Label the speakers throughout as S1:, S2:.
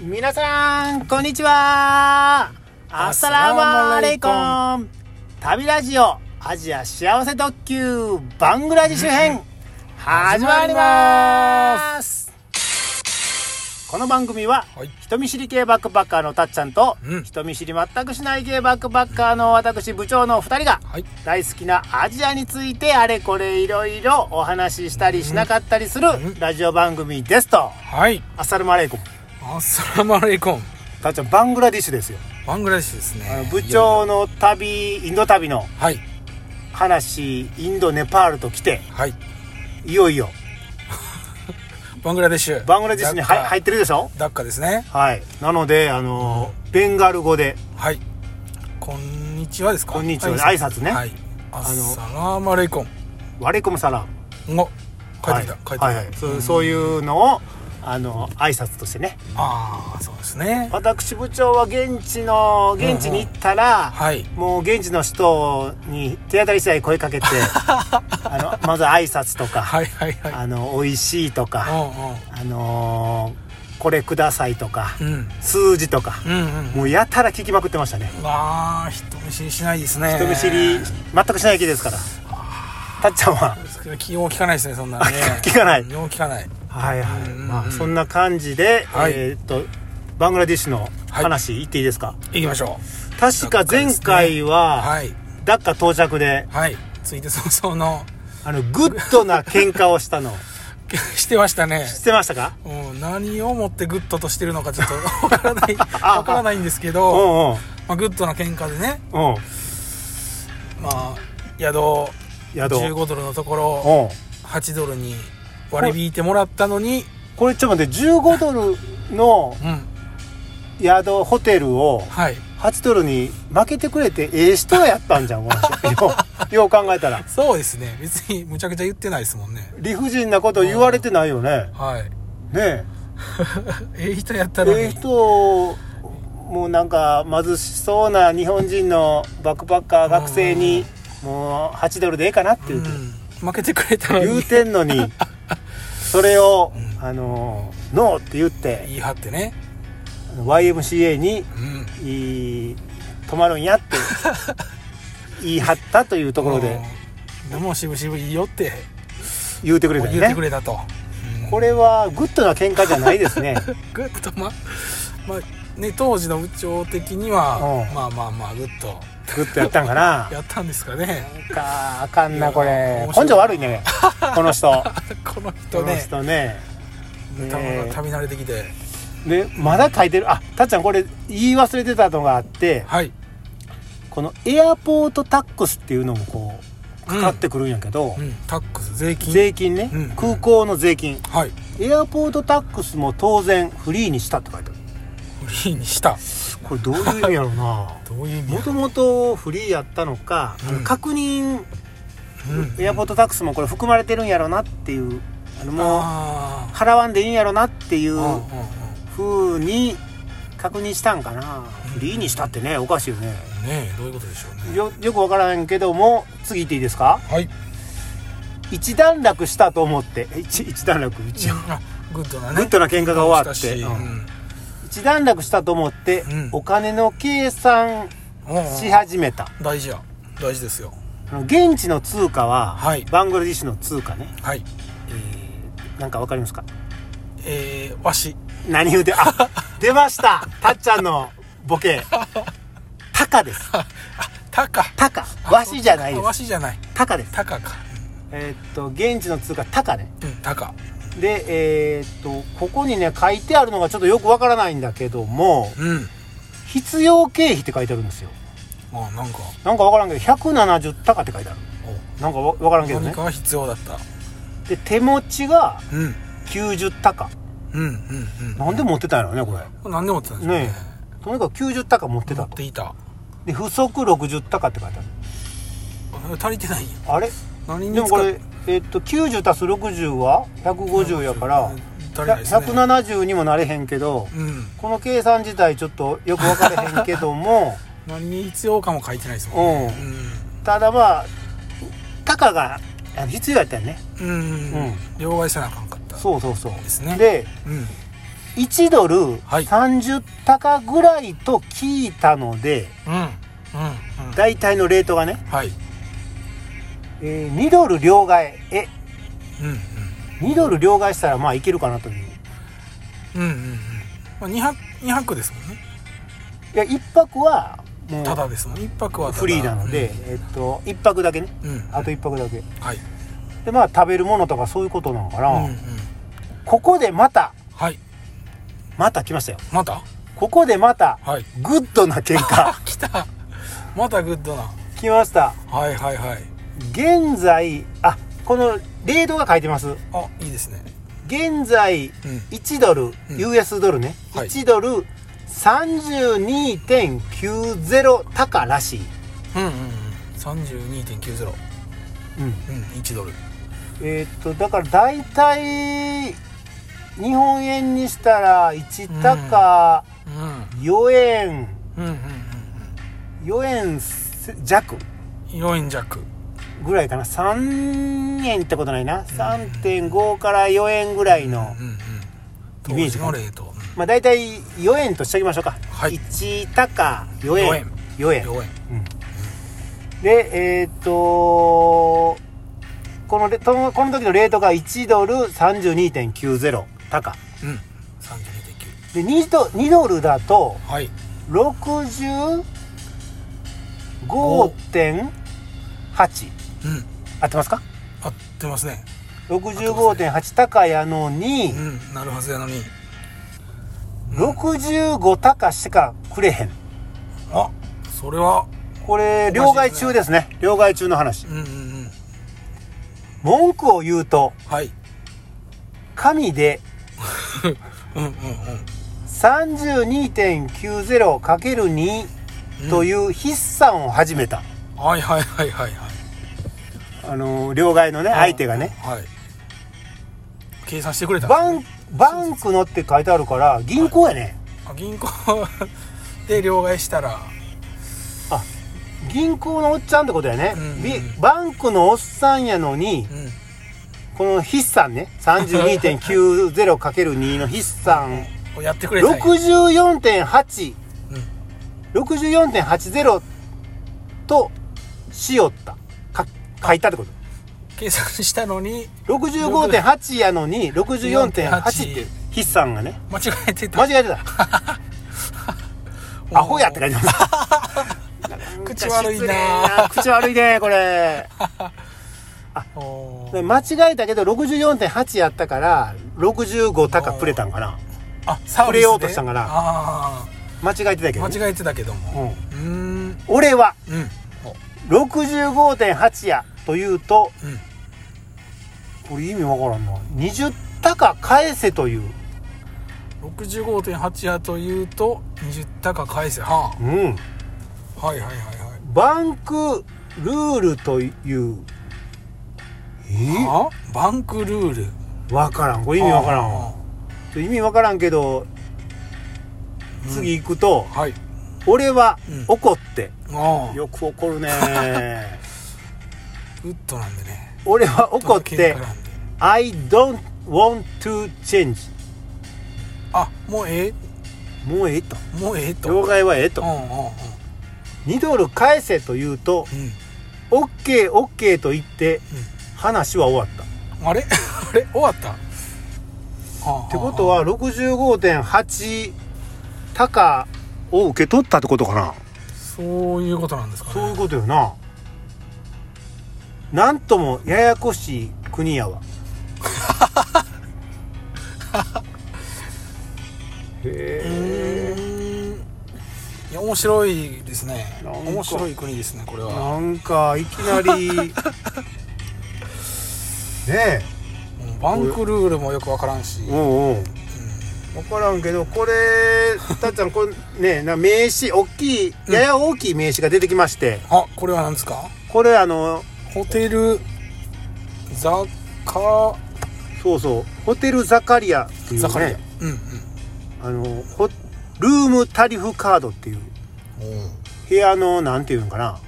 S1: 皆さんこんにちはアッサラーマーレイコン旅ラジオアジア幸せ特急バングラディッシュ編 始まりますこの番組は、
S2: はい
S1: 人見知り系バックパッカーのたっちゃんと、
S2: うん
S1: 人見知り全くしない系バックパッカーの私部長の2人が、
S2: はい
S1: 大好きなアジアについてあれこれいろいろお話ししたりしなかったりする
S2: ん
S1: ラジオ番組ですと、
S2: はい
S1: アッサルマレイコン
S2: アッサラムアレイコン
S1: たっちゃんバングラディッシュですよ
S2: バングラデシュです
S1: あの
S2: ね
S1: 部長の旅インド旅の
S2: はい
S1: 話インドネパールと来て
S2: はい
S1: いよいよ
S2: バングラデシュ
S1: バングラディッシュに入入
S2: っ
S1: ってるでしょ
S2: ダッカですね
S1: はいなのであのーベンガル語で
S2: はいこんにちはですか
S1: こんにちは
S2: はい
S1: 挨拶ね
S2: はいアッサラムアレイコン
S1: 「ワレコムサラム
S2: お帰ってきた帰
S1: は
S2: ってき
S1: い
S2: た
S1: はいはいそうそういうのをあの挨拶としてね
S2: ああそうですね
S1: 私部長は現地の現地に行ったら、
S2: はい
S1: もう現地の人に手当たり次第声かけ てあのまず挨拶とか、
S2: はいはいはい
S1: あの美味しいとか、
S2: う
S1: あのーこれくださいとか、
S2: んうんうん
S1: 数字とか、
S2: うんうん
S1: もうやたら聞きまくってましたね
S2: わあ人見知りしないですね
S1: 人見知り全くしない気ですからたっちゃんは
S2: 気を利かないですねそんなのね
S1: 聞かない
S2: 気を利かない
S1: はいはい、
S2: うんうん
S1: まあ、そんな感じで、
S2: はい
S1: えーっとバングラディッシュの話言っていいですか、
S2: 行きましょ
S1: 確か前回
S2: う
S1: は
S2: はい
S1: ダッカ到着で
S2: はいついて早々の
S1: あのグッドな喧嘩を したの
S2: してましたね
S1: 知ってましたか
S2: もう何をもってグッドとしてるのかちょっとわからない
S1: あ
S2: わからないんですけ
S1: う
S2: ど、
S1: んうん
S2: まあ、グッドな喧嘩でね
S1: うん
S2: まあ宿
S1: 宿うん
S2: 15ドルのところ8ドルに割り引いてもらったのに
S1: これちょっと待って15ドルの
S2: うん
S1: 宿ホテルを
S2: はい
S1: 8ドルに負けてくれてええ人やったんじゃんこの人よう よう考えたら
S2: そうですね別にむちゃくちゃ言ってないですもんね
S1: 理不尽なこと言われてないよね
S2: はい
S1: ね
S2: ええ人やっ
S1: え
S2: たのに、
S1: ええ人もうなんか貧しそうな日本人のバックパッカー学生にもう8ドルでええかなって言うて
S2: うん、負けてくれたのに
S1: 言うてんの にそれをあのノーって言って
S2: 言い張ってね、
S1: YMCA に
S2: うん、
S1: いい泊まるんやって 言い張ったというところで
S2: うんでもうしぶしぶいいよって
S1: 言うてくれたよ
S2: 言って
S1: ね
S2: くれたと、うん
S1: これはグッドな喧嘩じゃないですね
S2: グッとままあね当時の部長的には
S1: うん
S2: まあまあまあグッと
S1: グッドやったんかな
S2: やったんですかね
S1: かあかんなこれ
S2: 面白い
S1: 根性悪いねこの人
S2: この
S1: こ
S2: 人
S1: の
S2: ね
S1: 人ねね
S2: たまが旅慣れてきて
S1: でまだ書いてるあたっちゃんこれ言い忘れてたのがあって
S2: はい
S1: このエアポートタックスっていうのもこうかかってくるんやけど、
S2: うんタックス税金
S1: 税金ね、
S2: うん
S1: 空港の税金
S2: はい
S1: エアポートタックスも当然フリーにしたって書いてある
S2: フリーにした
S1: これどういう意味やろう な
S2: どういう意味
S1: もともとフリーやったのか、あの
S2: うん
S1: 確認
S2: うん
S1: エアポートタックスもこれ含まれてるんやろなっていうあのもう
S2: あ
S1: 払わんでいいんやろなってい
S2: ー
S1: う
S2: うんうんうん
S1: 風に確認したんかなフリーにしたってねおかしいよね
S2: ねえどういうことでしょうね
S1: よよくわからへんけども次行っていいですか
S2: はい
S1: 一段落したと思ってえ一一段落一応
S2: あグッドなね
S1: グッドな喧嘩が終わって、
S2: 懐かしい
S1: うん一段落したと思って、
S2: うん
S1: お金の計算
S2: うんうん
S1: し始めた、
S2: 大事や大事ですよ
S1: あの現地の通貨は、
S2: はい
S1: バングラディッシュの通貨ね、
S2: はい
S1: えーなんかわかりますか
S2: えー、わし
S1: 何言うてあ出ましたたっちゃんのボケタカです
S2: ああタカ
S1: タカわしじゃないで
S2: わ
S1: す
S2: しじゃない
S1: タカです
S2: タカか
S1: えーっと現地の通貨タカね
S2: うんタカ
S1: でえーっとここにね書いてあるのがちょっとよくわからないんだけども
S2: うん
S1: 必要経費って書いてあるんですよ
S2: あなんか
S1: なんかわからんけど170タカって書いてあるなんかわわからんけど
S2: 何
S1: ね
S2: かは必要だった
S1: で手持ちが
S2: うん
S1: 90タカ
S2: うんうんうん
S1: なんで持ってたんやろねこれ
S2: 何で持ってたんですかね
S1: ねえとにかく90タカ持って
S2: 持
S1: た
S2: っ
S1: と
S2: ていた
S1: で不足60タカって書いてある
S2: 足りてない
S1: あれ
S2: 何に
S1: で
S2: 使
S1: も
S2: っ
S1: これえーっと90足す60は150やから
S2: 足りないですね
S1: 170にもなれへんけど
S2: うん
S1: この計算自体ちょっとよく分かれへんけど も
S2: 何に必要かも書いてないですも
S1: う
S2: ん
S1: んただまあタカがあの必要やったよね
S2: うんうん
S1: うん
S2: 両替せなあかんかった
S1: そうそうそう
S2: ですね
S1: で
S2: うん
S1: 1ドル
S2: はい
S1: 30高ぐらいと聞いたので、
S2: うんうんうん
S1: 大体のレートがね、
S2: はい
S1: えー2ドル両替え
S2: うんうん
S1: 2ドル両替したらまあいけるかなという
S2: うんうんうんまあ2泊2泊ですもんね
S1: いや1泊はもう
S2: ただですもんね1泊はただ
S1: フリーなので、えっと1泊だけね
S2: うん、うん
S1: あと1泊だけ
S2: はい
S1: でまあ食べるものとかそういうことなのかな、
S2: うんうん
S1: ここでまた
S2: はい
S1: また来ましたよ
S2: また
S1: ここでまた
S2: はい
S1: グッドな喧 嘩
S2: 来たまたグッドな
S1: 来ました
S2: はいはいはい
S1: 現在あこのレートが書いてます
S2: あいいですね
S1: 現在
S2: うん
S1: 1ドル、
S2: ん
S1: US ドルね、
S2: はい
S1: 1ドル32.90高らしい、
S2: うんうんうん32.90
S1: うん
S2: うん1ドル
S1: えーっとだから大体日本円にしたら1高
S2: うん
S1: 4円
S2: うんうんうん
S1: 4円せ弱
S2: うん4円弱
S1: ぐらいかな3円ってことないな3.5から4円ぐらいの、
S2: うんうん
S1: イ
S2: 当
S1: メージ
S2: 時
S1: かな
S2: のレート
S1: まあ大体4円としておきましょうか、
S2: はい
S1: 1高4円
S2: 4円
S1: 4円
S2: 4円
S1: でえーっとこのレこのこの時のレートが1ドル32.90高
S2: うん32.9
S1: で 2, ド2ドルだと
S2: はい
S1: 65.8
S2: うん
S1: 合ってますか
S2: 合ってますね
S1: 65.8高やのに
S2: うんなるはずやのに
S1: 65高しかくれへん
S2: あそれは
S1: これ両替中ですね両替中の話
S2: うんうんうん
S1: 文句を言うと
S2: はい
S1: 神で
S2: うんうんうん
S1: 32.90×2 という筆算を始めた、
S2: はいはいはいはいはい
S1: あのー両替のね相手がね
S2: はい計算してくれた
S1: バンバンクのって書いてあるから銀行やね、
S2: あ銀行 で両替したら
S1: 銀行のおっちゃんってことやね、
S2: うんうん
S1: びバンクのおっさんやのに
S2: うん
S1: この筆算ね 32.90×2 の筆算
S2: をやってくれたんや
S1: 64.8
S2: うん
S1: 64.80としよったか書いたってこと
S2: 計算したのに
S1: 65.8やのに64.8って筆算がね
S2: 間違えてた
S1: 間違えてた アホやって書いてます
S2: 口悪いな
S1: 口悪いねこ れ
S2: おー
S1: 間違えたけど64.8やったから65高くれたんかな
S2: あサー
S1: 触
S2: ビスで
S1: れようとしたんかな
S2: あ
S1: 間違えてたけど、
S2: ー
S1: ね
S2: 間違えてたけども
S1: うん
S2: うーん
S1: 俺は
S2: うん
S1: 65.8やというと
S2: おうん
S1: これ意味わからんな20高返せという
S2: 65.8やというと20高返せは
S1: うん
S2: あはいはいはいはい
S1: バンクルールというえ
S2: あバンクルール
S1: わからんこれ意味わからんわちょ意味わからんけど
S2: うん
S1: 次行くと、
S2: はい
S1: 俺は
S2: うん
S1: 怒って、
S2: ああ
S1: よく怒るね
S2: ウッドなんでね
S1: 俺は怒って
S2: ウッドの喧嘩なんで
S1: I don't want to change
S2: あもうえ
S1: もうええと
S2: えもうええと
S1: 両替はええと
S2: うんうんうん
S1: 2ドル返せと言うと
S2: うん
S1: OKOK、と言って話は終わったっ
S2: あれ あれ終わったって
S1: ことは65.8高を受け取ったってことかな
S2: そういうことなんですかね
S1: そういうことよななんともややこしい国やわ
S2: う
S1: へ
S2: ーんいや面白いですね
S1: なんか
S2: 面白い国ですねこれ
S1: え
S2: は、
S1: なんかいきな りねえ
S2: うんバンクルールもよくわからんし、うん
S1: おうおう分からんけどこれたっちゃんこれねえな名刺大きいやや大きい名刺が出てきまして、
S2: あこれは何ですか
S1: これあの
S2: ホテルザカ
S1: そうそうホテルザカリアっていう、ね、
S2: ザカリア、うん
S1: あのホルームタリフカードっていう
S2: うん
S1: 部屋のなんていうんかな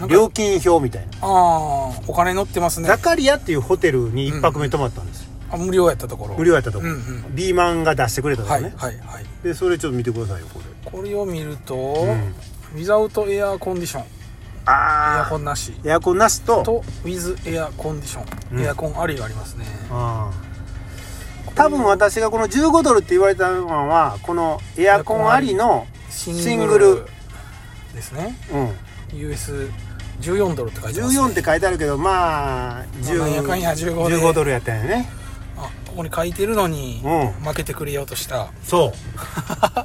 S2: なんか
S1: 料金表みたいな
S2: ああお金乗ってますね
S1: ザカリアっていうホテルに1泊目泊まったんですよ、
S2: あ無料やったところ
S1: 無料やったとこ、
S2: うんうん
S1: ビーマンが出してくれたとこ
S2: はい
S1: ね、
S2: はいはい
S1: でそれちょっと見てくださいよこれ
S2: これを見ると、
S1: ん
S2: ウィザウトエアーコンディションエア
S1: あ
S2: コンなし
S1: あエアコンなしと
S2: とウィズエアコンディション、
S1: うん
S2: エアコンありがありますね
S1: あー多分私がこの15ドルって言われたのはこのエアコンありの
S2: シ
S1: シングル
S2: ですね
S1: うん、
S2: US14 ドルって書いてます、ね、
S1: 14って書いてあるけどまあ10
S2: まあなんやかんや15で
S1: 15ドルやったんやね
S2: あここに書いてるのに、
S1: うん
S2: 負けてくれようとした
S1: そ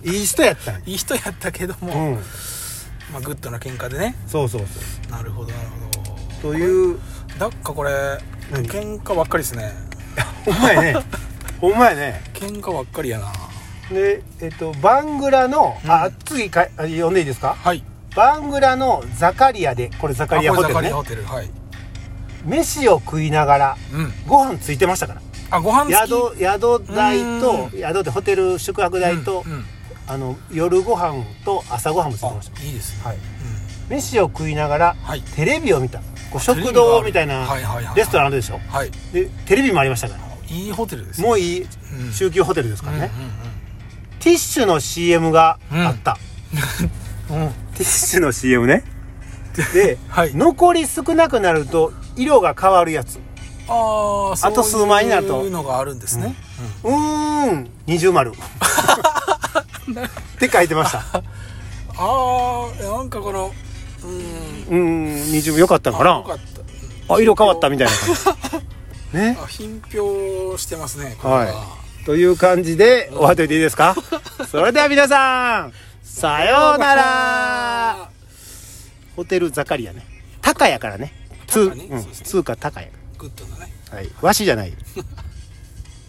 S1: う いい人やったんや
S2: いい人やったけども、
S1: うん
S2: まあ、グッドな喧嘩でね
S1: そうそうそ
S2: なるほどなるほ
S1: うという
S2: どだっかこれ
S1: 何
S2: 喧嘩ばっかりですね
S1: ほんまや ねほんまやね
S2: 喧嘩ばっかりやな
S1: でえっとバングラの、あ次かあ読んでいいですか
S2: はい
S1: バングラのザカリアでこれザカリア
S2: あこ
S1: ホ
S2: れ
S1: テ
S2: ザカ
S1: ル
S2: リ
S1: ね
S2: アホテルはい
S1: 飯を食いながら
S2: うん
S1: ご飯ついてましたから
S2: あご飯付き
S1: 宿宿代と
S2: う
S1: 宿でホテル宿泊代と、
S2: うんうん
S1: あの夜ご飯と朝ご飯もついてまし
S2: あいいですね、
S1: た、はい、
S2: う
S1: 飯を食いながら
S2: んはい
S1: テレビを見たこう
S2: テ
S1: 食
S2: レビがあ
S1: 堂
S2: る
S1: みたいな
S2: はいはいはい
S1: レストランあるでしょ
S2: はい
S1: でテレビもありましたから
S2: いいホテルですね
S1: もういい
S2: うん
S1: 中級ホテルですからね、
S2: う
S1: ティッシュの CM があった、
S2: んうんうんうん
S1: ティッシュの CM ねで、
S2: はい
S1: 残り少なくなると色が変わるやつ
S2: ああ
S1: あと数枚になると
S2: そういうのがあるんですね、
S1: うーん二重 丸って書いてました
S2: うんああなんかこのうん
S1: うーん二重よかったのか
S2: よ
S1: な
S2: かっ
S1: あ色変わったみたいな感じね
S2: たあ品評してますねこれは、
S1: はいという感じで終わっといていいですかそれでは皆さんさようならホテルザカリアね高やからね通,、
S2: 高ね
S1: うん、
S2: そうですね
S1: 通貨高や
S2: グッドだね
S1: はい、和紙じゃない